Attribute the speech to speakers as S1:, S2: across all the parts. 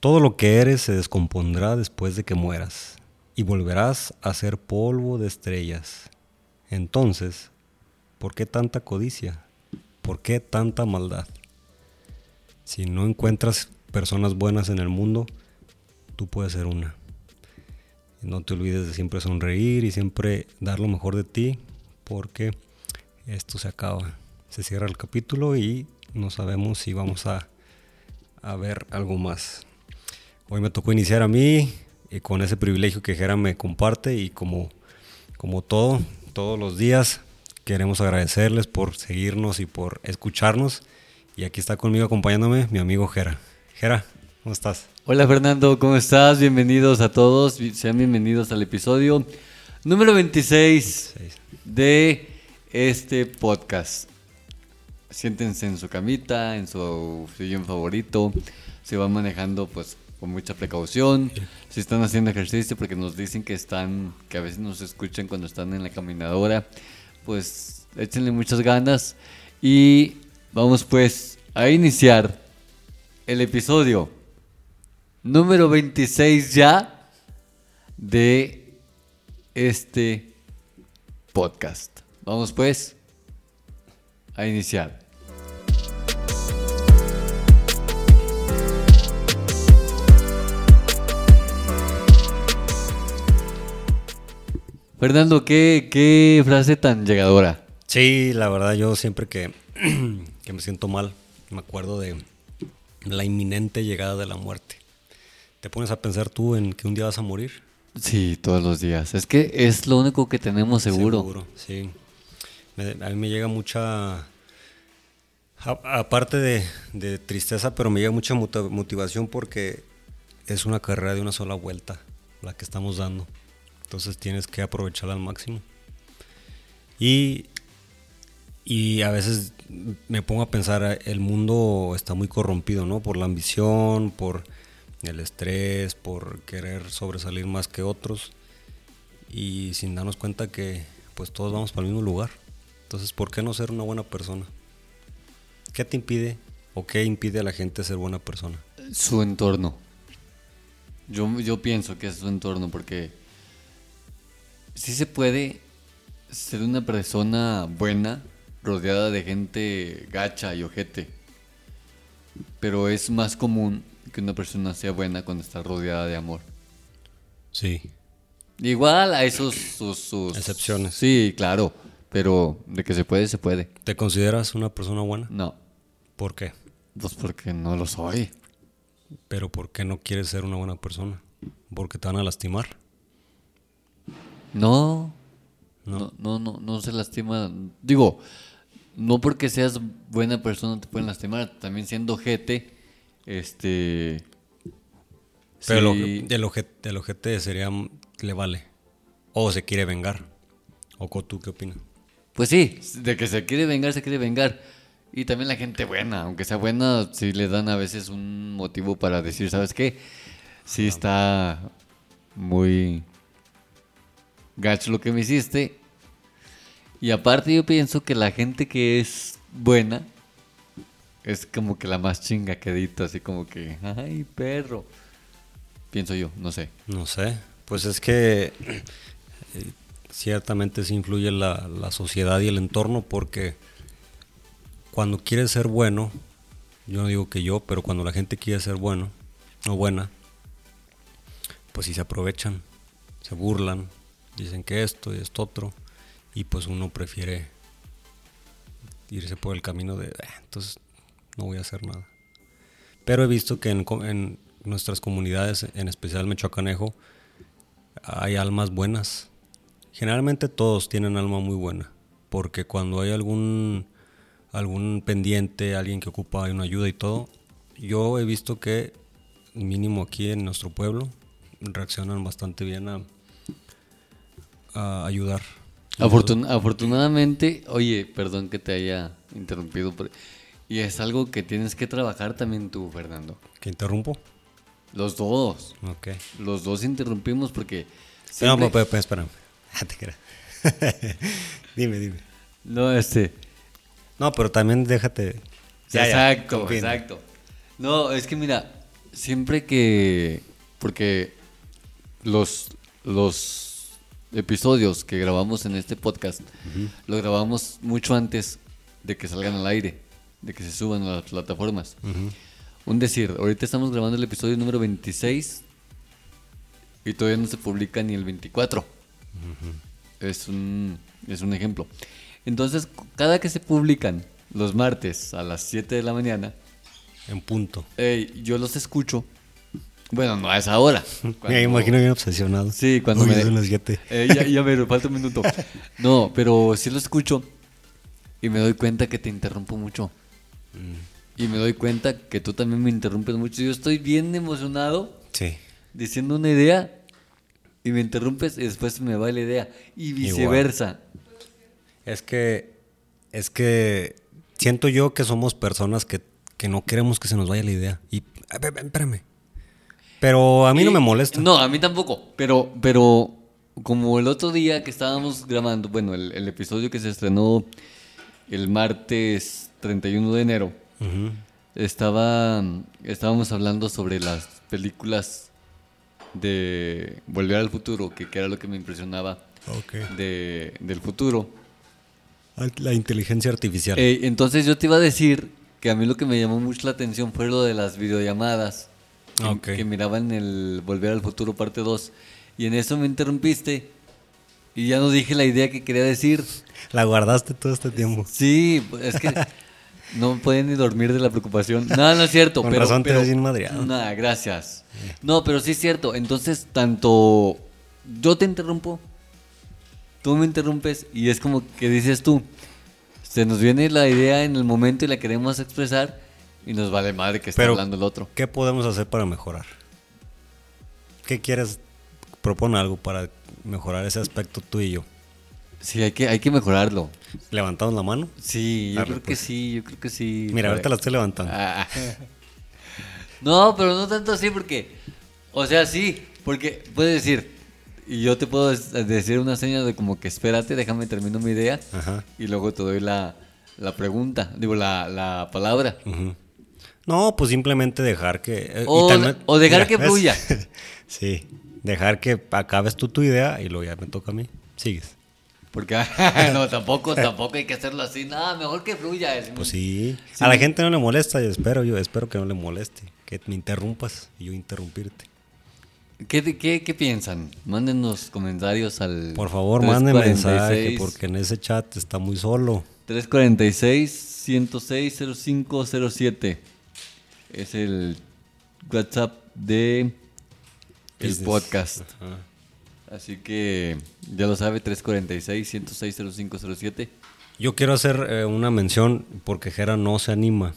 S1: Todo lo que eres se descompondrá después de que mueras, y volverás a ser polvo de estrellas. Entonces, ¿por qué tanta codicia? ¿Por qué tanta maldad? Si no encuentras personas buenas en el mundo, tú puedes ser una. No te olvides de siempre sonreír y siempre dar lo mejor de ti, porque esto se acaba. Se cierra el capítulo y no sabemos si vamos a, a ver algo más. Hoy me tocó iniciar a mí y con ese privilegio que Jera me comparte y como, como todo, todos los días queremos agradecerles por seguirnos y por escucharnos. Y aquí está conmigo acompañándome mi amigo Jera. Jera, ¿cómo estás?
S2: Hola Fernando, ¿cómo estás? Bienvenidos a todos, sean bienvenidos al episodio número 26 de este podcast. Siéntense en su camita, en su sillón favorito, se van manejando pues con mucha precaución, si están haciendo ejercicio porque nos dicen que están, que a veces nos escuchan cuando están en la caminadora, pues échenle muchas ganas y vamos pues a iniciar el episodio número 26 ya de este podcast. Vamos pues a iniciar. Fernando, qué, qué frase tan llegadora.
S1: Sí, la verdad yo siempre que, que me siento mal, me acuerdo de la inminente llegada de la muerte. ¿Te pones a pensar tú en que un día vas a morir?
S2: Sí, todos los días. Es que es lo único que tenemos seguro.
S1: sí. Me- a mí me llega mucha, a- aparte de, de tristeza, pero me llega mucha muta- motivación porque es una carrera de una sola vuelta la que estamos dando. Entonces tienes que aprovecharla al máximo. Y, y a veces me pongo a pensar, el mundo está muy corrompido, ¿no? Por la ambición, por el estrés, por querer sobresalir más que otros y sin darnos cuenta que pues todos vamos para el mismo lugar. Entonces, ¿por qué no ser una buena persona? ¿Qué te impide o qué impide a la gente ser buena persona?
S2: Su entorno. Yo, yo pienso que es su entorno porque sí se puede ser una persona buena rodeada de gente gacha y ojete. Pero es más común que una persona sea buena cuando está rodeada de amor.
S1: Sí.
S2: Igual a esos sus, sus-
S1: Excepciones.
S2: Sí, claro. Pero de que se puede, se puede.
S1: ¿Te consideras una persona buena?
S2: No.
S1: ¿Por qué?
S2: Pues porque no lo soy.
S1: Pero ¿por qué no quieres ser una buena persona? Porque te van a lastimar.
S2: No.
S1: No.
S2: No, no, no, no se lastima. Digo, no porque seas buena persona te pueden lastimar. También siendo gente, este.
S1: Pero
S2: sí,
S1: el, ojete, el ojete sería, le vale. O se quiere vengar. ¿O co- tú qué opinas?
S2: Pues sí, de que se quiere vengar, se quiere vengar. Y también la gente buena, aunque sea buena, sí le dan a veces un motivo para decir, ¿sabes qué? Sí está muy gacho lo que me hiciste. Y aparte yo pienso que la gente que es buena es como que la más chingaquedita, así como que, ay, perro. Pienso yo, no sé.
S1: No sé, pues es que eh, ciertamente sí influye la, la sociedad y el entorno porque cuando quieres ser bueno, yo no digo que yo, pero cuando la gente quiere ser bueno o buena, pues sí se aprovechan, se burlan, dicen que esto y esto otro, y pues uno prefiere irse por el camino de, "Ah, entonces no voy a hacer nada. Pero he visto que en, co- en nuestras comunidades, en especial Mechoacanejo, hay almas buenas. Generalmente todos tienen alma muy buena, porque cuando hay algún, algún pendiente, alguien que ocupa una ayuda y todo, yo he visto que, mínimo aquí en nuestro pueblo, reaccionan bastante bien a, a ayudar.
S2: Afortun- afortunadamente, oye, perdón que te haya interrumpido, pero- y es algo que tienes que trabajar también tú, Fernando.
S1: ¿Que interrumpo?
S2: Los dos,
S1: Ok.
S2: los dos interrumpimos porque...
S1: No, pero,
S2: siempre-
S1: pero, pero, espérame. Ah, te creas. dime, dime.
S2: no, este...
S1: No, pero también déjate. Ya, ya,
S2: exacto,
S1: confío en ti.
S2: exacto. No, es que mira, siempre que. Porque los, los episodios que grabamos en este podcast, los grabamos mucho antes de que salgan al aire, de que se suban a las plataformas. Un decir, ahorita estamos grabando el episodio número 26 y todavía no se publica ni el 24. Es un, es un ejemplo. Entonces, c- cada que se publican los martes a las 7 de la mañana,
S1: En punto.
S2: ey, yo los escucho. Bueno, no a esa hora.
S1: Me
S2: Cuando-
S1: imagino bien obsesionado.
S2: Sí, cuando
S1: Uy,
S2: me...
S1: ya son las siete.
S2: Eh, ya, ya me falta un minuto. No, pero sí lo escucho y me doy cuenta que te interrumpo mucho.
S1: Mm.
S2: Y me doy cuenta que tú también me interrumpes mucho. Yo estoy bien emocionado
S1: Sí.
S2: diciendo una idea y me interrumpes y después se me va la idea. Y viceversa.
S1: Es que, es que siento yo que somos personas que, que no queremos que se nos vaya la idea. Y, a ver, espérame. Pero a mí no
S2: Y-
S1: me molesta.
S2: No, a mí tampoco. Pero, pero como el otro día que estábamos grabando, bueno, el, el episodio que se estrenó el martes 31 de enero, estaba, estábamos hablando sobre las películas de Volver al Futuro, que, que era lo que me impresionaba
S1: Ok.
S2: de- del futuro.
S1: La inteligencia artificial.
S2: Eh, entonces yo te iba a decir que a mí lo que me llamó mucho la atención fue lo de las videollamadas que,
S1: Ok.
S2: que miraban el Volver al Futuro parte 2. Y en eso me interrumpiste y ya no dije la idea que quería decir.
S1: La guardaste todo este tiempo.
S2: Sí, es que no podía ni dormir de la preocupación. No, no es cierto.
S1: Con
S2: pero,
S1: razón te
S2: pero-
S1: ves bien madreado. Eh.
S2: Nah, gracias. No, pero sí es cierto. Entonces, tanto yo te interrumpo, tú me interrumpes y es como que dices tú, se nos viene la idea en el momento y la queremos expresar y nos vale madre que esté
S1: Pero-
S2: hablando el otro.
S1: ¿Qué podemos hacer para mejorar? ¿Qué quieres? Propone algo para mejorar ese aspecto tú y yo.
S2: Sí, hay que, hay que mejorarlo.
S1: ¿Levantamos la mano?
S2: Sí, yo
S1: Arre,
S2: creo que
S1: pues.
S2: sí, yo creo que sí.
S1: Mira, ahorita
S2: Para-
S1: la estoy levantando.
S2: Ah. No, pero no tanto así porque, o sea, sí, porque puedes decir, y yo te puedo des- decir una seña de como que espérate, déjame termino mi idea,
S1: Ajá.
S2: y luego te doy la, la pregunta, digo, la, la palabra.
S1: Ujú. No, pues simplemente dejar que. eh,
S2: O- o dejar que
S1: ¿ves?
S2: fluya.
S1: sí, dejar que acabes tú tu idea y luego ya me toca a mí. Sigues.
S2: Porque, ah, no, tampoco, tampoco hay que hacerlo así, nada, mejor que fluya. es-
S1: Pues sí. A la gente no le molesta, yo espero, yo espero que no le moleste. Que me interrumpas y yo interrumpirte.
S2: ¿Qué, qué- qué piensan? Mándenos comentarios al...
S1: Por favor, manden
S2: 346.
S1: mensaje porque en ese chat está muy solo.
S2: 346-106-0507. Es el WhatsApp de el
S1: Business.
S2: podcast. Así que ya lo sabe, 346-106-0507.
S1: Yo quiero hacer eh, una mención porque Jera no se anima.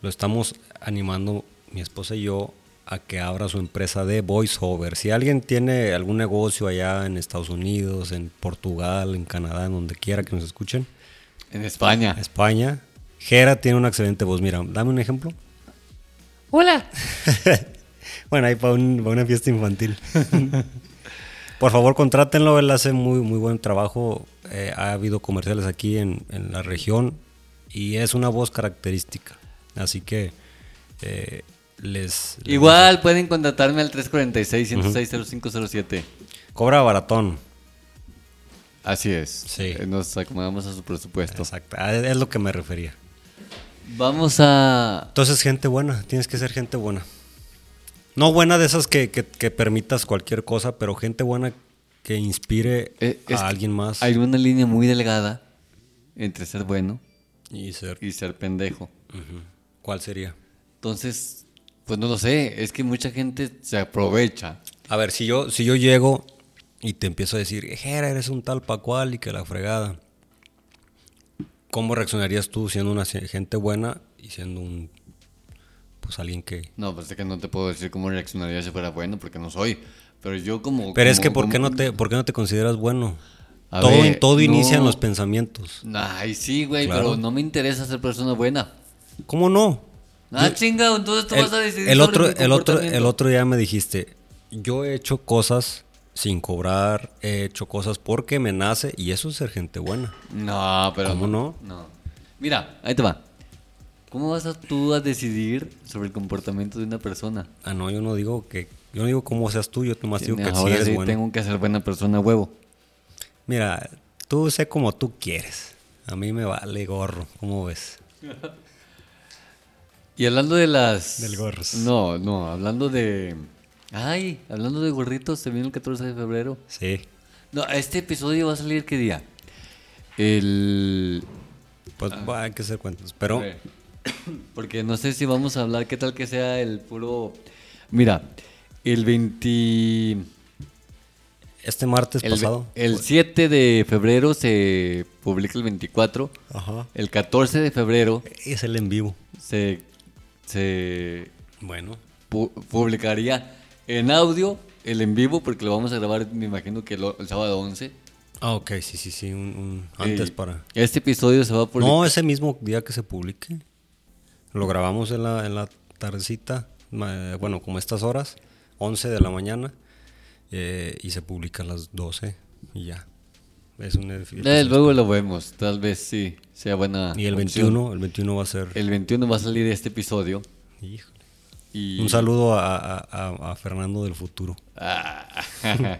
S1: Lo estamos animando mi esposa y yo a que abra su empresa de voiceover. Si alguien tiene algún negocio allá en Estados Unidos, en Portugal, en Canadá, en donde quiera que nos escuchen,
S2: En España.
S1: España, Jera tiene una excelente voz. Mira, dame un ejemplo.
S2: Hola.
S1: bueno, ahí para, una fiesta infantil. Por favor, contrátenlo, él hace muy, muy buen trabajo. eh, ha habido comerciales aquí en, en la región y es una voz característica. Así que eh, les, les-
S2: Igual pueden contratarme al 346-106-0507.
S1: Cobra baratón.
S2: Así es.
S1: Sí.
S2: Eh, Nos acomodamos a su presupuesto.
S1: Exacto, ah, es lo que me refería.
S2: Vamos a...
S1: Entonces, gente buena, tienes que ser gente buena. No buena de esas que, que- que permitas cualquier cosa, pero gente buena que inspire
S2: eh, es que
S1: a alguien más
S2: Hay una línea muy delgada entre ser bueno
S1: y ser.
S2: y ser pendejo.
S1: Ujú. ¿Cuál sería?
S2: Entonces, pues no lo sé, es que mucha gente se aprovecha.
S1: A ver, si yo, si yo llego y te empiezo a decir, Jera, eres un tal pa' cual y que la fregada, ¿cómo reaccionarías tú siendo una ce- gente buena y siendo un pues alguien que...
S2: No, pues es que no te puedo decir cómo reaccionaría si fuera bueno, porque no soy. Pero yo como...
S1: Pero es
S2: como-
S1: que ¿por qué,
S2: como-
S1: no te, ¿por qué no te consideras bueno?
S2: A
S1: todo
S2: ver,
S1: todo inicia en
S2: no.
S1: los pensamientos.
S2: Ay, sí, güey,
S1: Claro.
S2: pero no me interesa ser persona buena.
S1: ¿Cómo no?
S2: Ah, chinga, entonces tú
S1: El,
S2: vas a decidir
S1: el
S2: sobre
S1: otro,
S2: mi
S1: el, otro,
S2: comportamiento.
S1: el otro día me dijiste, yo he hecho cosas sin cobrar, he hecho cosas porque me nace y eso es ser gente buena.
S2: No, pero...
S1: ¿Cómo no?
S2: No. Mira, ahí te va. ¿Cómo vas a tú a decidir sobre el comportamiento de una persona?
S1: Ah, no, yo no digo que, yo no digo cómo seas tú, yo nomás digo que si
S2: Ahora
S1: eres
S2: sí
S1: bueno.
S2: tengo que ser buena persona, huevo.
S1: Mira, tú sé como tú quieres. A mí me vale gorro, ¿cómo ves?
S2: Y hablando de las...
S1: Del gorros.
S2: No, no, hablando de... Ay, hablando de gorritos, se viene el 14 de febrero.
S1: Sí.
S2: No, este episodio va a salir qué día? El... Eh,
S1: Pues
S2: Ah.
S1: va, hay que ser cuentos. Pero
S2: Porque no sé si vamos a hablar, qué tal que sea el puro... Mira, el 20...
S1: este martes
S2: El,
S1: pasado.
S2: el 7 de febrero se publica el 24.
S1: Ajá.
S2: El 14 de febrero
S1: Es el en vivo.
S2: se, se
S1: Bueno.
S2: pu- publicaría en audio el en vivo, porque lo vamos a grabar, me imagino que lo- el sábado 11.
S1: Ah, ok, sí, sí, sí. un- un- antes
S2: Eh,
S1: para.
S2: Este episodio se va a publicar.
S1: No, ese mismo día que se publique. Lo grabamos en la, en la tardecita, ma- eh, bueno, como estas horas, 11 de la mañana, eh, y se publica a las 12 y ya. pues Es un edificio.
S2: Eh, luego lo vemos, tal vez sí sea buena.
S1: Y el
S2: opción.
S1: 21,
S2: Eh,
S1: el 21 va a ser...
S2: El 21 va a salir este episodio.
S1: Híjole.
S2: Y...
S1: Un saludo a, a- a- a Fernando del futuro.
S2: Ah,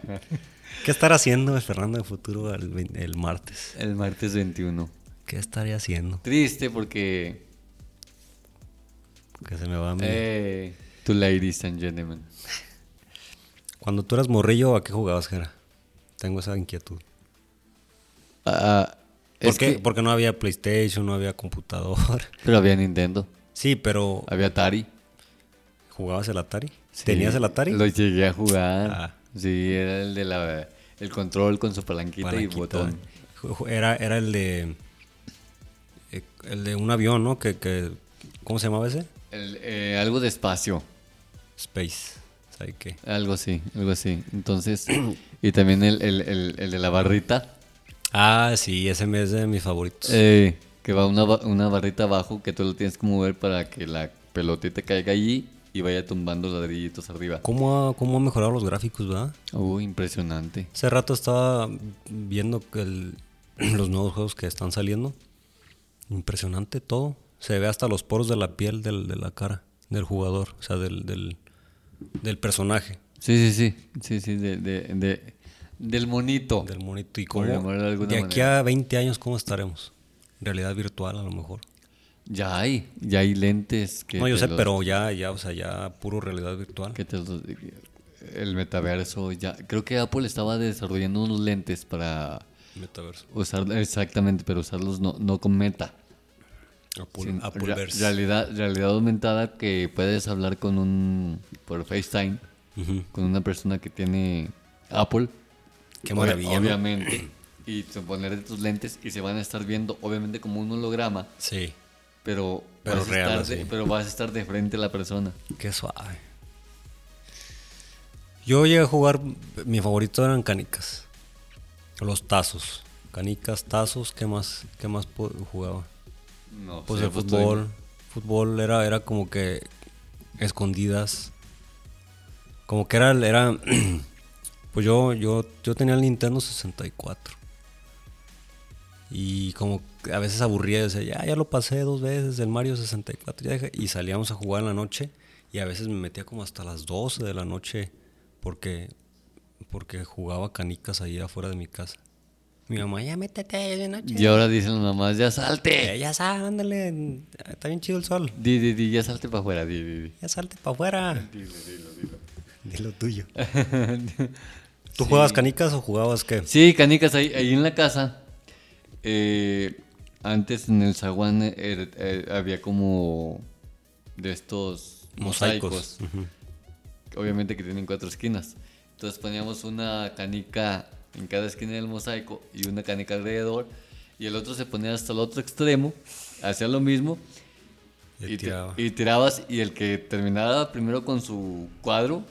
S1: ¿Qué estará haciendo el Fernando del futuro el, vein- el martes?
S2: el martes 21.
S1: ¿Qué estaría haciendo?
S2: Triste porque.
S1: Que se me va a mí.
S2: Eh, to ladies and gentlemen.
S1: Cuando tú eras morrillo, ¿a qué jugabas, Jera? Tengo esa inquietud.
S2: Ah, es
S1: Porque,
S2: que-
S1: porque no había PlayStation, no había computador.
S2: Pero había Nintendo,
S1: Sí, pero
S2: había Atari.
S1: ¿jugabas el Atari? ¿Tenías el Atari?
S2: Lo llegué a jugar.
S1: Ah.
S2: Sí, era el de la el control con su palanquita, y
S1: Palanquita.
S2: botón.
S1: Ju- ju- Era, era el de. eh, El de un avión, ¿no? Que, que- ¿Cómo se llamaba ese?
S2: El, eh, algo de espacio,
S1: Space. ¿Sabe qué?
S2: algo así, algo así. Entonces, y también el, el- el- el de la barrita,
S1: Ah, sí, ese es de mis favoritos.
S2: eh, que va una, ba- una barrita abajo que tú lo tienes que mover para que la pelotita caiga allí y vaya tumbando ladrillitos arriba.
S1: ¿Cómo ha, ¿Cómo ha mejorado los gráficos, verdad?
S2: Uh, impresionante.
S1: Hace rato estaba viendo que el- los nuevos juegos que están saliendo. Impresionante todo. Se ve hasta los poros de la piel del- de la cara del jugador, o sea, del, del, del personaje,
S2: Sí, sí, sí, sí, sí, de, de- de- del monito.
S1: del monito. Y cómo,
S2: Por llamarlo de alguna
S1: de aquí a 20 años, ¿cómo estaremos? Realidad virtual, a lo mejor.
S2: Ya hay, ya hay lentes que
S1: No, yo
S2: te
S1: sé,
S2: los-
S1: pero ya, ya, o sea, ya puro realidad virtual.
S2: que te los- el metaverso ya creo que Apple estaba desarrollando unos lentes para
S1: Metaverso.
S2: usar exactamente, pero usarlos no, no con meta,
S1: Apple-
S2: sin- ra-
S1: Appleverse.
S2: realidad realidad aumentada que puedes hablar con un por FaceTime
S1: Ujú.
S2: con una persona que tiene Apple.
S1: Qué
S2: Obvia-
S1: maravilla, ¿no?
S2: Obviamente. Y te- ponerte tus lentes y se van a estar viendo obviamente como un holograma,
S1: Sí,
S2: pero
S1: Pero
S2: vas a
S1: real,
S2: estar de-
S1: así.
S2: pero vas a estar de frente a la persona.
S1: qué suave. Yo llegué a jugar, mi favorito eran canicas. Los tazos. Canicas, tazos, ¿qué más, qué más po- jugaba?
S2: No,
S1: Pues
S2: sé,
S1: el
S2: pues, tú
S1: fútbol. Fútbol era, era como que escondidas. Como que era, era pues yo, yo, yo tenía el Nintendo 64. Y como que a veces aburría, yo decía, ya, ya lo pasé dos veces, el Mario 64, ya dejé". y salíamos a jugar en la noche, y a veces me metía como hasta las 12 de la noche, porque, porque jugaba canicas ahí afuera de mi casa. Mi mamá, ya métete, ya es de noche.
S2: Y ahora dicen las mamás, ya salte.
S1: Eh, ya sal, ándale, en- está bien chido el sol.
S2: Di, di, di, ya salte para afuera, di, di, di.
S1: Ya salte para afuera. Dilo, lo tuyo. ¿Tú jugabas canicas o jugabas qué?
S2: Sí, canicas, ahí, ahí en la casa. eh, antes en el zaguán eh, eh, había como de estos mosaicos.
S1: Mosaicos.
S2: Obviamente que tienen cuatro esquinas. Entonces poníamos una canica en cada esquina del mosaico y una canica alrededor. Y el otro se ponía hasta el otro extremo, hacía lo mismo. Y, ti-
S1: tiraba.
S2: y tirabas y el que terminaba primero con su cuadro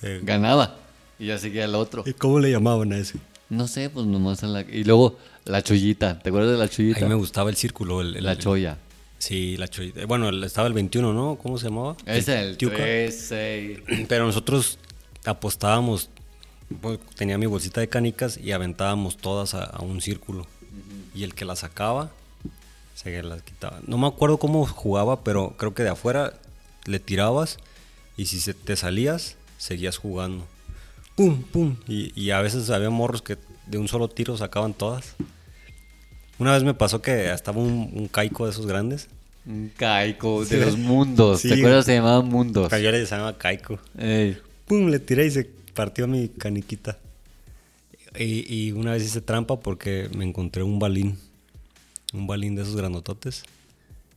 S1: Sí.
S2: Eh. ganaba. Y ya seguía el otro.
S1: Eh, ¿Y cómo le llamaban a ese?
S2: No sé, pues nomás a la... Y luego la chollita. ¿Te acuerdas de la
S1: A
S2: chollita?
S1: mí me gustaba el círculo. El, el-
S2: La cholla.
S1: Sí, la chollita. Bueno, el- estaba el 21, ¿no? ¿Cómo se llamaba?
S2: Es el
S1: tiuca.
S2: 3, 6.
S1: Pero nosotros apostábamos. pues, tenía mi bolsita de canicas y aventábamos todas a, a un círculo. Y el que la sacaba, se las quitaba. No me acuerdo cómo jugaba, pero creo que de afuera le tirabas y si se- te salías, seguías jugando. ¡Pum, pum! Y, y a veces había morros que de un solo tiro sacaban todas. Una vez me pasó que estaba un, un caico de esos grandes.
S2: Un caico de los mundos.
S1: Sí.
S2: ¿Te acuerdas? Se llamaban mundos.
S1: Pero yo le llamaba caico.
S2: Ey.
S1: ¡Pum! Le tiré y se partió mi caniquita. Y, y una vez hice trampa porque me encontré un balín. Un balín de esos grandototes.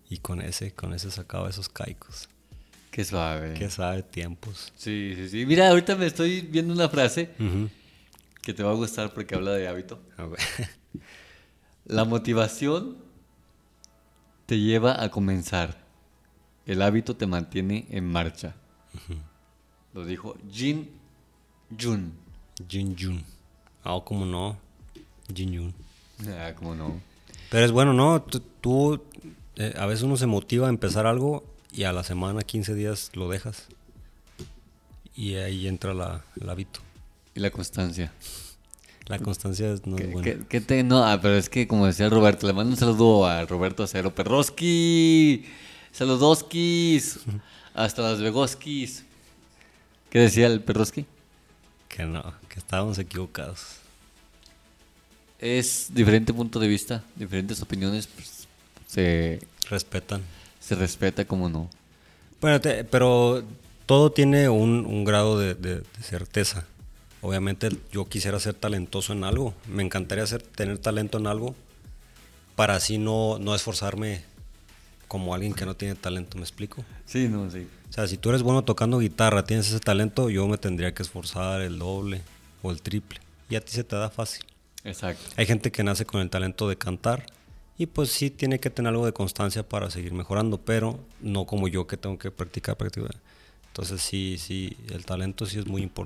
S1: Y con ese, con ese sacaba esos caicos.
S2: Qué suave.
S1: Que sabe tiempos.
S2: Sí, sí, sí. Mira, ahorita me estoy viendo una frase que te va a gustar porque habla de hábito.
S1: A ver.
S2: La motivación te lleva a comenzar. El hábito te mantiene en marcha. Lo dijo Jin Jun.
S1: Jin Jun. Ah, como no. Jin Jun.
S2: Ah, cómo no.
S1: Pero es bueno, ¿no? Tú, tú, eh, a veces uno se motiva a empezar algo y a la semana, 15 días lo dejas. Y ahí entra la, el hábito.
S2: Y la constancia.
S1: La constancia es- no es
S2: ¿Qué-
S1: buena.
S2: qué- qué te- no, ah, pero es que como decía Roberto, le mando un saludo a Roberto Acero Perroski, saludoskis, hasta las Vegoskis. ¿Qué decía el Perroski?
S1: Que no, que estábamos equivocados.
S2: Es diferente punto de vista, diferentes opiniones, pues, se,
S1: Respetan.
S2: se respeta como no.
S1: Bueno, te- pero todo tiene un, un grado de, de- de certeza. Obviamente yo quisiera ser talentoso en algo. Me encantaría ser, tener talento en algo para así no, no esforzarme como alguien que no tiene talento, ¿me explico?
S2: Sí, no, sí.
S1: O sea, si tú eres bueno tocando guitarra, tienes ese talento, yo me tendría que esforzar el doble o el triple. Y a ti se te da fácil.
S2: Exacto.
S1: Hay gente que nace con el talento de cantar y pues sí tiene que tener algo de constancia para seguir mejorando, pero no como yo que tengo que practicar, practicar. Entonces sí, sí, el talento sí es muy importante.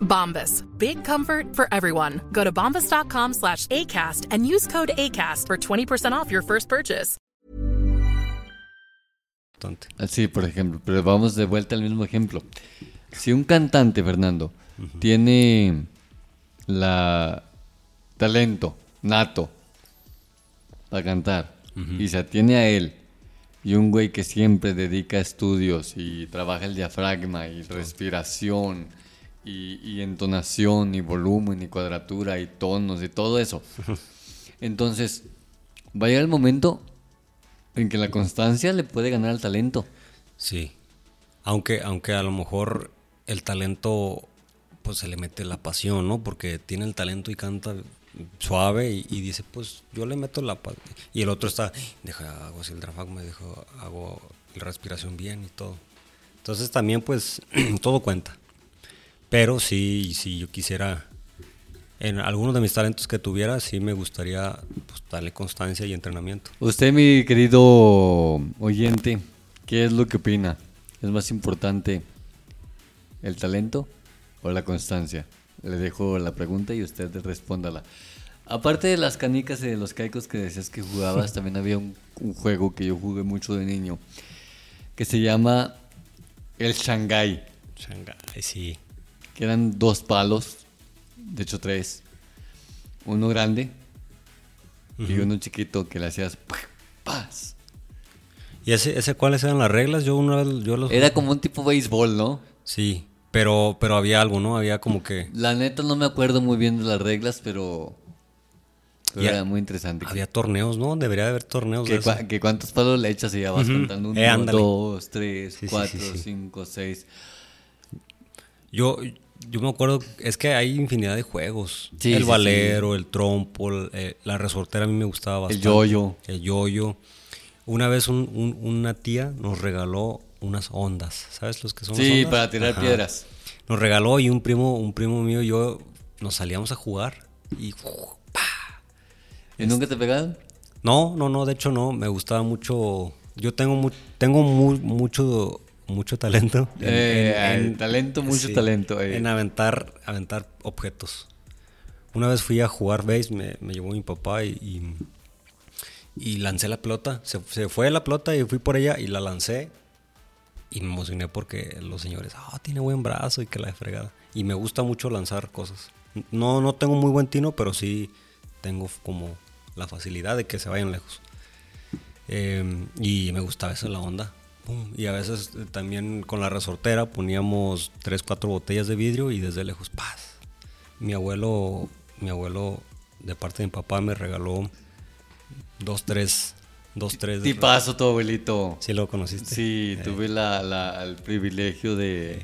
S3: Bombas. Big comfort for everyone. Go to bombas.com slash ACAST and use code ACAST for 20% off your first purchase.
S2: Ah, Sí, por ejemplo, pero vamos de vuelta al mismo ejemplo. Si un cantante, Fernando, tiene la talento nato para cantar y se atiene a él, y un güey que siempre dedica estudios y trabaja el diafragma y respiración y, y entonación y volumen y cuadratura y tonos y todo eso. Entonces, va a llegar el momento en que la constancia le puede ganar al talento.
S1: Sí. Aunque, aunque a lo mejor el talento, pues se le mete la pasión, ¿no? Porque tiene el talento y canta suave y, y dice, pues yo le meto la pasión. Y el otro está, deja, hago así el me dejo, hago la respiración bien y todo. Entonces también, pues, todo cuenta. Pero sí, sí, yo quisiera, en algunos de mis talentos que tuviera, sí me gustaría pues, darle constancia y entrenamiento.
S2: Usted, mi querido oyente, ¿qué es lo que opina? ¿Es más importante el talento o la constancia? Le dejo la pregunta y usted respóndala. Aparte de las canicas y de los caicos que decías que jugabas, también había un, un juego que yo jugué mucho de niño que se llama El Shanghai.
S1: Shanghái, sí.
S2: que eran dos palos, de hecho tres, uno grande y uno chiquito que le hacías ¡puf! ¡paz!
S1: ¿Y ese, ese cuáles eran las reglas? Yo una vez, yo los...
S2: Era como un tipo béisbol, ¿no?
S1: Sí, pero, pero había algo, ¿no? Había como que...
S2: La neta no me acuerdo muy bien de las reglas, pero, pero
S1: Ya.
S2: era muy interesante.
S1: Había torneos, ¿no? Debería de haber torneos de
S2: Que,
S1: eso.
S2: cua- que cuántos palos le echas y ya vas contando uno,
S1: Eh, ándale.
S2: dos, tres,
S1: Sí, sí, sí,
S2: cuatro,
S1: sí.
S2: cinco, seis.
S1: Yo, yo me acuerdo, es que hay infinidad de juegos.
S2: Sí,
S1: el
S2: sí,
S1: valero, el trompo, el- eh, la resortera a mí me gustaba
S2: El
S1: bastante.
S2: yoyo.
S1: El yoyo. Una vez un- un- una tía nos regaló unas ondas. ¿Sabes los que son las
S2: Sí,
S1: ondas?
S2: para tirar piedras.
S1: Nos regaló y un primo, un primo mío y yo nos salíamos a jugar. Y ¡fuu!
S2: ¿Y nunca te pegaron?
S1: no, no, no, de hecho no, me gustaba mucho. Yo tengo mu- tengo mu- mucho mucho talento.
S2: Eh, talento, mucho talento, eh.
S1: En aventar, aventar objetos. Una vez fui a jugar base, me, me llevó mi papá y, y, y lancé la pelota. Se, se fue la pelota y fui por ella y la lancé. Y me emocioné porque los señores, ah, tiene buen brazo y que la de fregada. Y me gusta mucho lanzar cosas. No, no tengo muy buen tino, pero sí tengo como la facilidad de que se vayan lejos. Eh, y me gustaba eso la onda. Pum. Y a veces eh, también con la resortera poníamos tres, cuatro botellas de vidrio y desde lejos, paz. Mi abuelo, mi abuelo de parte de mi papá me regaló dos, tres, dos, tres. de-
S2: Tipazo tu
S1: Sí,
S2: abuelito.
S1: este. Eh. lo conociste.
S2: Sí, tuve la, la- el privilegio de,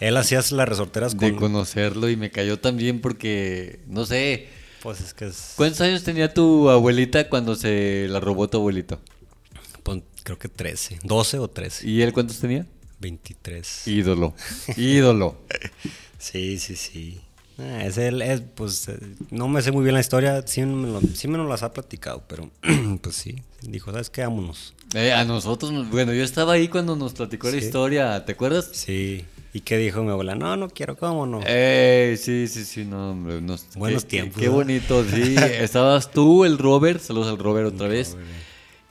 S1: Él hacía las resorteras
S2: de
S1: con...
S2: conocerlo y me cayó también porque, no sé,
S1: Pues es que es...
S2: ¿cuántos años tenía tu abuelita cuando se la robó tu abuelito?
S1: pon- creo que 13, 12 o 13.
S2: ¿Y él cuántos tenía?
S1: 23.
S2: Ídolo, ídolo.
S1: Sí, sí, sí. Ah, es él, es, pues eh, no me sé muy bien la historia, sí me, lo- sí me nos las ha platicado, pero pues sí, dijo, ¿sabes qué? Vámonos.
S2: Eh, a nosotros, nos- bueno, yo estaba ahí cuando nos platicó la historia, ¿te acuerdas?
S1: Sí. Eh. ¿Y qué dijo mi abuela? No, no quiero, ¿cómo no?
S2: Ey, sí, sí, sí, no, hombre. nos-
S1: Buenos
S2: qué-
S1: tiempos,
S2: Qué
S1: ¿no?
S2: bonito, sí. Estabas tú, el Robert, saludos al Robert otra vez,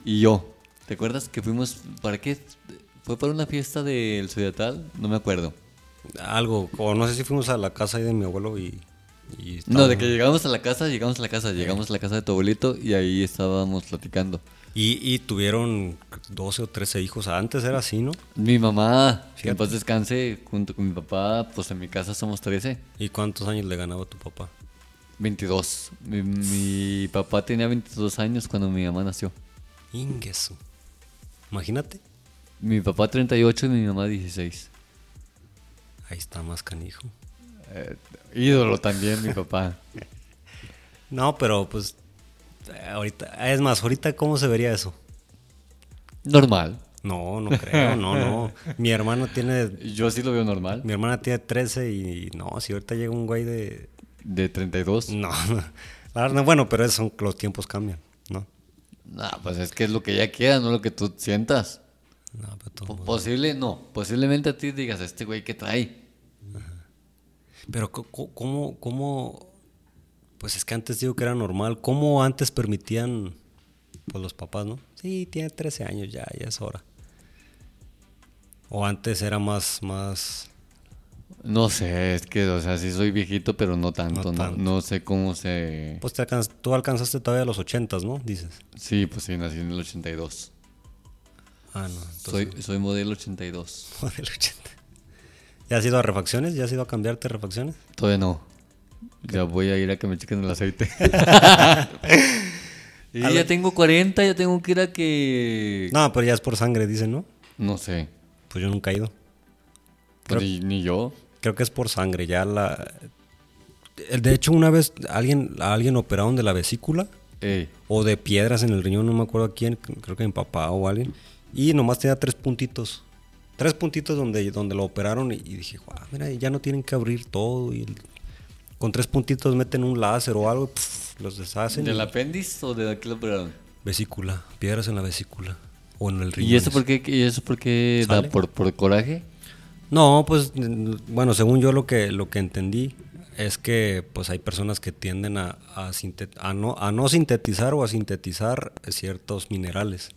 S2: y yo. ¿Te acuerdas que fuimos, para qué? ¿Fue para una fiesta del Suyatal? No me acuerdo.
S1: Algo, o no sé si fuimos a la casa ahí de mi abuelo y... y
S2: No, de
S1: estábamos-
S2: que llegamos a la casa, llegamos a la casa, llegamos a la casa de tu abuelito y ahí estábamos platicando.
S1: y, y tuvieron 12 o 13 hijos, antes era así, ¿no?
S2: Mi mamá, que
S1: Fíjate.
S2: en paz descanse, junto con mi papá, pues en mi casa somos 13.
S1: ¿Y cuántos años le ganaba tu papá?
S2: 22. Mi, mi papá tenía 22 años cuando mi mamá nació.
S1: Ingueso. Imagínate.
S2: Mi papá 38 y mi mamá 16.
S1: Ahí está más canijo.
S2: Eh, ídolo también mi papá.
S1: No, pero pues eh, ahorita, es más, ahorita cómo se vería eso.
S2: Normal.
S1: No, no creo, no, no. Mi hermano tiene,
S2: Yo sí lo veo normal.
S1: mi hermana tiene 13 y no, si ahorita llega un güey de,
S2: De 32.
S1: no, la verdad, no, bueno, pero son, los tiempos cambian, ¿no?
S2: Nah, pues es que es lo que ella quiera, no lo que tú sientas.
S1: No, pero, todo
S2: Po-
S1: mundo-
S2: Posible, no. Posiblemente a ti digas, este güey que trae.
S1: pero co- co- cómo, cómo, pues es que antes digo que era normal, cómo antes permitían, pues los papás, ¿no? Sí, tiene 13 años ya, ya es hora. O antes era más, más,
S2: No sé, es que, o sea, sí soy viejito, pero no tanto. No,
S1: No tanto.
S2: no sé cómo se...
S1: Pues te alcanz- tú alcanzaste todavía los 80, ¿no? Dices.
S2: Sí, pues sí, nací en el 82.
S1: Ah, no. Entonces,
S2: Soy, soy modelo 82.
S1: del 80. ¿Ya has ido a refacciones? ¿Ya has ido a cambiarte refacciones?
S2: Todavía no. Ya voy a ir a que me chequen el aceite. y ya tengo 40, ya tengo que ir a que...
S1: No, pero ya es por sangre, dicen, ¿no?
S2: No sé.
S1: Pues yo nunca he ido. Creo-
S2: Ni, ni yo.
S1: Creo que es por sangre, ya la... el- De hecho, una vez alguien, a alguien operaron de la vesícula
S2: Ey,
S1: o de piedras en el riñón, no me acuerdo a quién, creo que a mi papá o alguien. Y nomás tenía tres puntitos. Tres puntitos donde, donde lo operaron y, y dije, guau, mira, ya no tienen que abrir todo. Y el- con tres puntitos meten un láser o algo, pf, los deshacen.
S2: ¿Del
S1: y-
S2: apéndice o de aquí lo operaron?
S1: Vesícula, piedras en la vesícula o en el riñón.
S2: ¿Y eso por qué, y eso por qué da?
S1: ¿Sale?
S2: ¿Por, por coraje?
S1: No, pues n- bueno, según yo lo que lo que entendí es que pues hay personas que tienden a, a sintet- a no, a no sintetizar o a sintetizar ciertos minerales.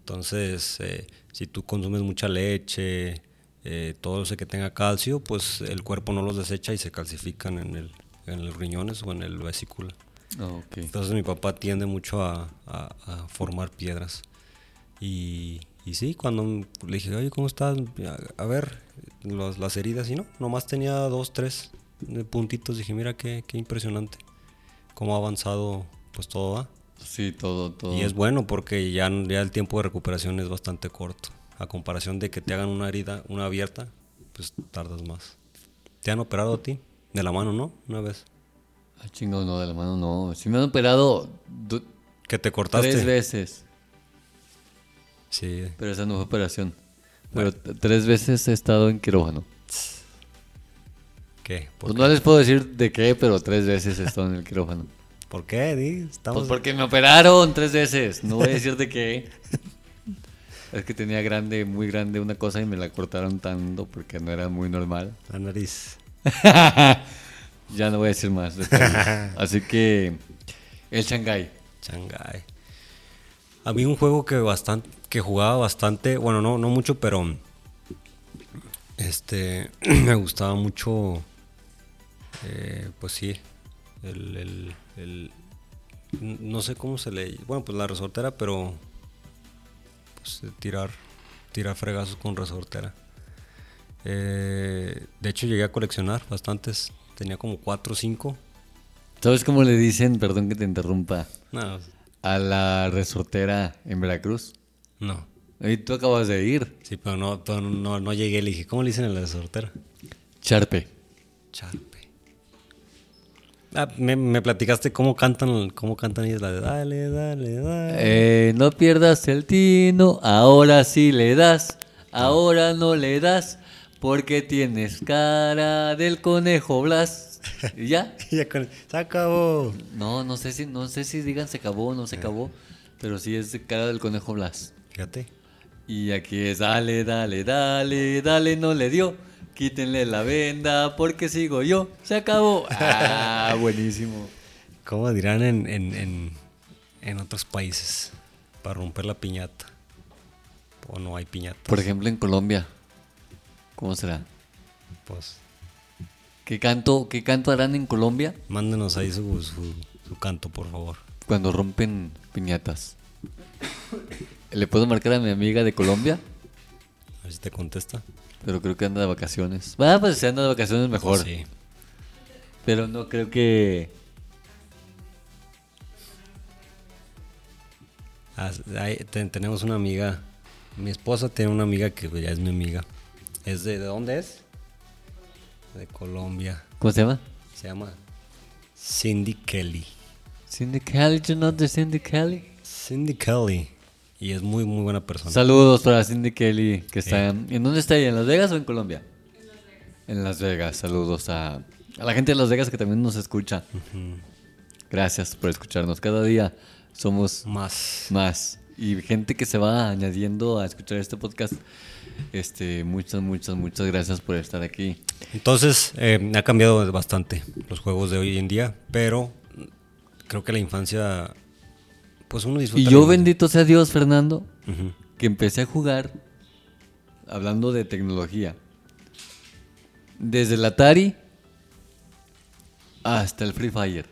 S1: Entonces, eh, si tú consumes mucha leche, eh, todo ese que tenga calcio, pues el cuerpo no los desecha y se calcifican en, el, en los riñones o en el vesícula.
S2: Ah, Ok.
S1: Entonces mi papá tiende mucho a, a- a formar piedras. Y, y sí, cuando m- le dije, oye, ¿cómo estás? A, a ver, los- las heridas, y no, nomás tenía dos, tres eh, puntitos. Dije, mira qué, qué impresionante, cómo ha avanzado pues todo va.
S2: Sí, todo, todo.
S1: Y es bueno porque ya, n- ya el tiempo de recuperación es bastante corto. A comparación de que te hagan una herida, una abierta, pues tardas más. ¿Te han operado a ti? De la mano, ¿no? Una vez.
S2: Ah, chingado, no, de la mano no. Si me han operado du-
S1: Que te cortaste.
S2: tres veces,
S1: Sí,
S2: pero esa no fue operación. Pero t- tres veces he estado en quirófano.
S1: ¿qué? ¿Por,
S2: Pues no les puedo decir de qué, pero tres veces he estado en el quirófano.
S1: ¿Por qué? Di,
S2: Pues
S1: Estamos...
S2: porque me operaron tres veces. No voy a decir de qué. Es que tenía grande, muy grande una cosa y me la cortaron tanto porque no era muy normal.
S1: La nariz.
S2: ya no voy a decir más. detalles. Así que el Shanghai.
S1: Shanghai. A mí un juego que bastante que jugaba bastante, bueno, no no mucho, pero este me gustaba mucho eh, pues sí, el, el- el- n- no sé cómo se le, bueno, pues la resortera, pero pues, eh, tirar tirar fregazos con resortera. Eh, de hecho llegué a coleccionar bastantes, tenía como cuatro o cinco.
S2: ¿Sabes cómo le dicen, perdón que te interrumpa,
S1: No,
S2: a la resortera en Veracruz?
S1: no.
S2: Y tú acabas de ir.
S1: Sí, pero no, pero no, no llegué. Le dije, ¿cómo le dicen a la resortera?
S2: Charpe.
S1: Charpe. Ah, me, me platicaste cómo cantan, cómo cantan ellos la de dale, dale, dale.
S2: Eh, no pierdas el tino, ahora sí le das, ahora no le das, porque tienes cara del conejo Blas. ¿Y ya?
S1: Y ya con- se acabó.
S2: No, no sé si, no sé si digan se acabó o no se acabó, pero sí es de cara del conejo Blas.
S1: Fíjate.
S2: Y aquí es dale, dale, dale, dale, no le dio. Quítenle la venda porque sigo yo. Se acabó. Ah, buenísimo.
S1: ¿Cómo dirán en, en, en- en otros países? Para romper la piñata. O no hay piñata.
S2: Por ejemplo, en Colombia. ¿Cómo será?
S1: Pues
S2: ¿Qué canto, qué canto harán en Colombia?
S1: mándenos ahí su, su, su canto, por favor.
S2: Cuando rompen piñatas. Le puedo marcar a mi amiga de Colombia,
S1: A ver si te contesta.
S2: pero creo que anda de vacaciones. Va, pues si anda de vacaciones mejor.
S1: Sí.
S2: Pero no creo que.
S1: Ah, ahí ten- tenemos una amiga. Mi esposa tiene una amiga que ya es mi amiga. ¿Es de, ¿de dónde es? De Colombia.
S2: ¿Cómo se llama?
S1: Se llama Cindy Kelly.
S2: Cindy Kelly, you know the Cindy Kelly.
S1: Cindy Kelly. Y es muy, muy buena persona.
S2: Saludos para Cindy Kelly, que está... ¿En dónde está ella? ¿En Las Vegas o en Colombia? En Las Vegas. saludos a, a la gente de Las Vegas que también nos escucha. Gracias por escucharnos. Cada día somos
S1: Más.
S2: más. Y gente que se va añadiendo a escuchar este podcast. Este, muchas, muchas, muchas gracias por estar aquí.
S1: Entonces, eh, ha cambiado bastante los juegos de hoy en día. Pero creo que la infancia. Pues uno disfruta.
S2: Y
S1: la
S2: yo,
S1: infancia.
S2: bendito sea Dios, Fernando, que empecé a jugar hablando de tecnología. Desde el Atari hasta el Free Fire.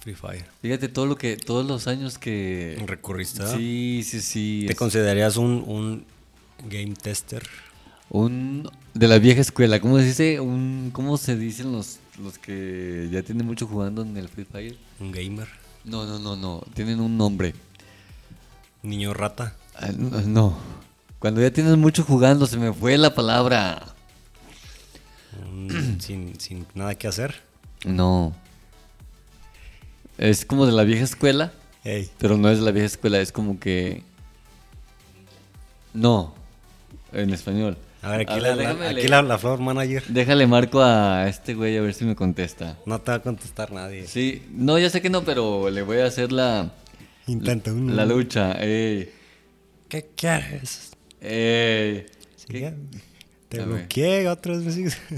S1: Free Fire.
S2: Fíjate todo lo que, todos los años que.
S1: Recurriste. ¿verdad?
S2: Sí, sí, sí.
S1: ¿Te
S2: es
S1: considerarías un, un game tester?
S2: un de la vieja escuela. ¿Cómo se dice? Un, ¿Cómo se dicen los, los que ya tienen mucho jugando en el Free Fire?
S1: ¿Un gamer?
S2: No, no, no, no. Tienen un nombre.
S1: Niño rata.
S2: Ah, No, no. Cuando ya tienes mucho jugando, se me fue la palabra.
S1: un- Mm, sin, sin nada que hacer.
S2: No. Es como de la vieja escuela,
S1: Ey.
S2: pero no es de la vieja escuela, es como que. No, en español.
S1: A ver, aquí,
S2: A
S1: la,
S2: ver,
S1: la-
S2: déjame
S1: aquí
S2: leer.
S1: la- la floor manager
S2: Déjale marco a este güey a ver si me contesta.
S1: no te va a contestar nadie.
S2: Sí, no, ya sé que no, pero le voy a hacer la,
S1: Intenta uno.
S2: la lucha. Eh, Ey,
S1: ¿Qué quieres?
S2: ey.
S1: Sí, ya. Te
S2: A ver.
S1: bloqueé otras veces.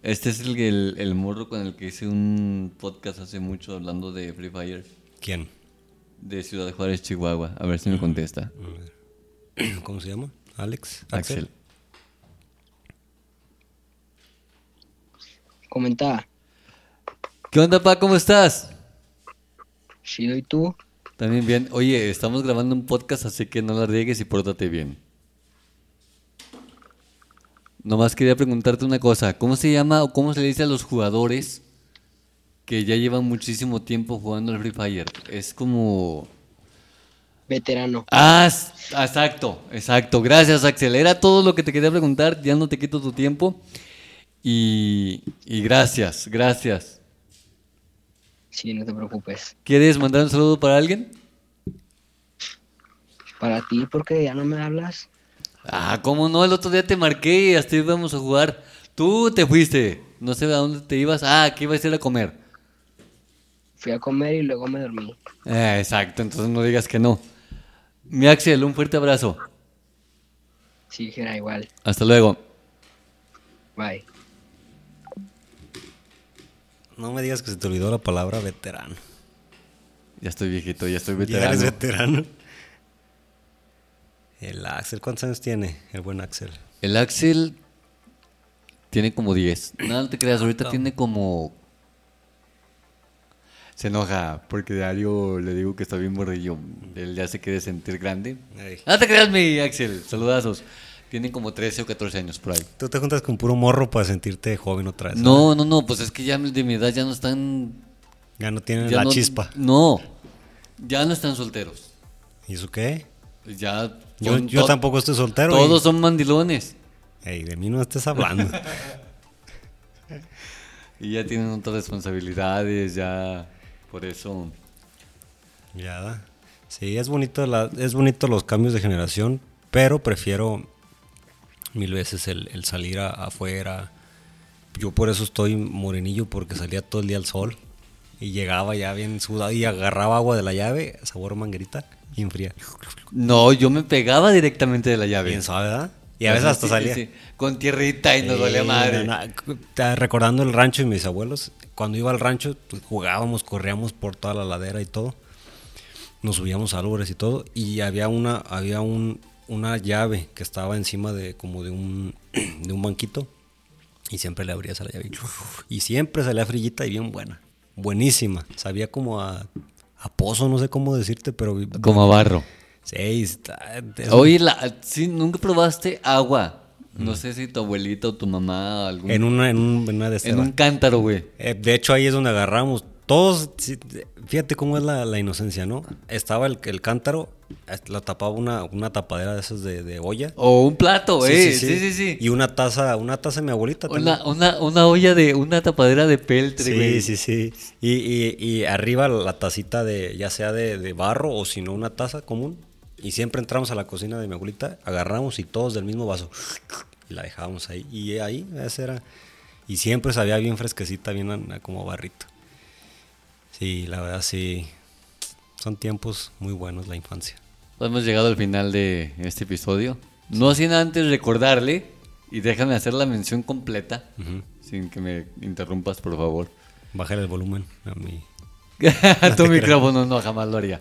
S2: Este es el, el, el morro con el que hice un podcast hace mucho hablando de Free Fire
S1: ¿Quién?
S2: de Ciudad Juárez, Chihuahua. A ver si me contesta.
S1: ¿Cómo se llama? Alex,
S2: Axel.
S4: Comentaba,
S2: ¿Qué onda, pa? ¿Cómo estás?
S4: chido y tú,
S2: También bien. Oye, estamos grabando un podcast, así que no la riegues y pórtate bien. Nomás quería preguntarte una cosa. ¿Cómo se llama o cómo se le dice a los jugadores que ya llevan muchísimo tiempo jugando al Free Fire? Es como...
S4: veterano.
S2: Ah, s- exacto, exacto. Gracias, Axel. Era todo lo que te quería preguntar. Ya no te quito tu tiempo. Y, y gracias, gracias.
S4: Sí, no te preocupes.
S2: ¿Quieres mandar un saludo para alguien?
S4: Para ti, porque ya no me hablas.
S2: Ah, ¿cómo no? El otro día te marqué y hasta íbamos a jugar. Tú te fuiste. No sé a dónde te ibas. Ah, que ibas a ir a comer.
S4: Fui a comer y luego me dormí.
S2: Ah, exacto, entonces no digas que no. Mi Axel, un fuerte abrazo.
S4: Si dijera igual,
S2: Hasta luego.
S4: bye.
S1: No me digas que se te olvidó la palabra veterano.
S2: Ya estoy viejito, ya estoy
S1: Ya eres
S2: veterano.
S1: veterano. El Axel, ¿cuántos años tiene el buen Axel?
S2: El Axel tiene como 10. No, no te creas, ahorita tiene como... Se enoja porque diario le digo que está bien borrillo. Él ya se quiere sentir grande.
S1: Ey.
S2: No te creas, mi Axel. Saludazos. Tiene como 13 o 14 años por ahí.
S1: Tú te juntas con puro morro para sentirte joven otra vez.
S2: No, no, no, pues es que ya de mi edad ya no están...
S1: Ya no tienen
S2: ya
S1: la
S2: no-
S1: chispa.
S2: No, ya no están solteros.
S1: ¿Y eso qué?
S2: Ya...
S1: Yo,
S2: son
S1: yo
S2: to-
S1: tampoco estoy soltero. y-
S2: Todos son mandilones.
S1: Ey, de mí no estés hablando.
S2: Y ya tienen otras responsabilidades, ya... Por eso...
S1: ya da. Sí, es bonito, la, es bonito los cambios de generación, pero prefiero mil veces el, el salir a- afuera. Yo por eso estoy morenillo, porque salía todo el día al sol y llegaba ya bien sudado y agarraba agua de la llave, sabor manguerita, y enfría.
S2: No, yo me pegaba directamente de la llave.
S1: Bien suave, ¿verdad? Y a veces hasta
S2: Pues Sí,
S1: salía.
S2: sí, Con tierrita y nos dolía
S1: Sí,
S2: madre.
S1: na- na- recordando el rancho de mis abuelos, cuando iba al rancho pues, jugábamos, corríamos por toda la ladera y todo. Nos subíamos a árboles y todo y había una había un- una llave que estaba encima de como de un de un banquito y siempre le abrías a la llave y, y siempre salía frillita y bien buena. Buenísima. Sabía como a, a pozo, no sé cómo decirte, pero vi-
S2: Como a barro.
S1: sí, está- es-
S2: Oye, la, sí, nunca probaste agua. No sé si tu abuelita o tu mamá algún-
S1: Mm. en una en, un- en una de
S2: en
S1: Esteban.
S2: un cántaro, güey.
S1: Eh, de hecho, ahí es donde agarramos. Todos, sí, fíjate cómo es la, la inocencia, ¿no? Estaba el, el cántaro, eh, la tapaba una, una tapadera de esas de, de olla.
S2: O un plato, eh. Sí, sí, sí.
S1: Y una taza, una taza de mi abuelita
S2: Una, una, una olla de, una tapadera de peltre, güey.
S1: también. Sí, sí, sí. Y, y- y arriba la tacita de, ya sea de, de barro o si no, una taza común. Y siempre entramos a la cocina de mi abuelita, agarramos y todos del mismo vaso. Y la dejábamos ahí. Y ahí, esa era. Y siempre sabía bien fresquecita, bien a- a como barrito. Sí, la verdad sí. Son tiempos muy buenos la infancia.
S2: Hemos llegado al final de este episodio. No sin antes recordarle, y déjame hacer la mención completa, sin que me interrumpas, por favor.
S1: Bajar el volumen a mi
S2: tu micrófono no jamás lo haría.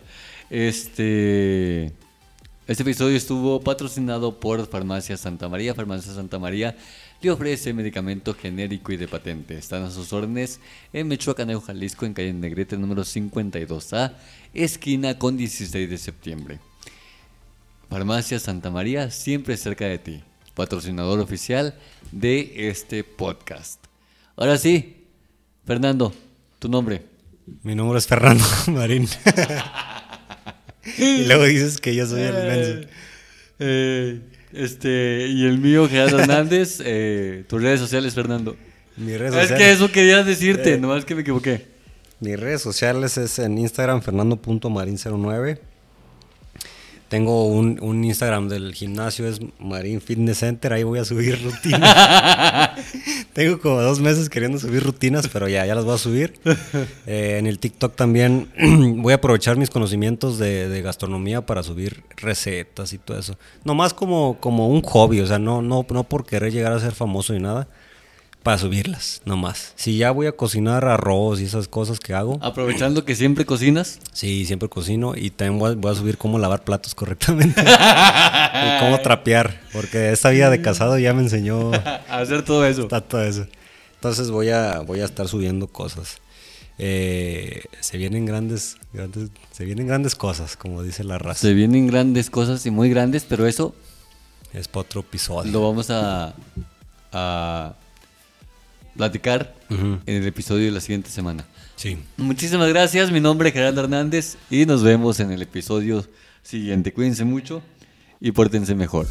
S2: Este, este episodio estuvo patrocinado por Farmacia Santa María. Farmacia Santa María le ofrece medicamento genérico y de patente. Están a sus órdenes en Michoacán, Jalisco, en calle Negrete número 52A, esquina con 16 de septiembre. Farmacia Santa María, siempre cerca de ti. Patrocinador oficial de este podcast. Ahora sí, Fernando, tu nombre.
S1: Mi nombre es Fernando Marín. y luego dices que yo soy el menso.
S2: Eh, este, y el mío, Gerardo Hernández, eh, tus redes sociales, Fernando.
S1: Mis redes,
S2: Es
S1: sociales,
S2: que eso quería decirte, nomás que me equivoqué.
S1: mis redes sociales es en Instagram fernando.marin09. Tengo un, un Instagram del gimnasio, es Marin Fitness Center, ahí voy a subir rutinas. Tengo como dos meses queriendo subir rutinas, pero ya, ya las voy a subir. Eh, en el TikTok también voy a aprovechar mis conocimientos de, de gastronomía para subir recetas y todo eso. Nomás como, como un hobby, o sea, no, no, no por querer llegar a ser famoso ni nada. para subirlas, nomás. Si ya voy a cocinar arroz y esas cosas que hago,
S2: Aprovechando que siempre cocinas.
S1: sí, siempre cocino y también voy a, voy a subir cómo lavar platos correctamente y cómo trapear, porque esta vida de casado ya me enseñó
S2: A hacer todo eso.
S1: Está todo eso. Entonces voy a, voy a estar subiendo cosas. Eh, se vienen grandes, grandes, se vienen grandes cosas, como dice la raza.
S2: Se vienen grandes cosas y muy grandes, pero eso
S1: Es para otro episodio.
S2: lo vamos a, a platicar en el episodio de la siguiente semana.
S1: Sí.
S2: Muchísimas gracias, mi nombre es Gerardo Hernández y nos vemos en el episodio siguiente. Cuídense mucho y pórtense mejor.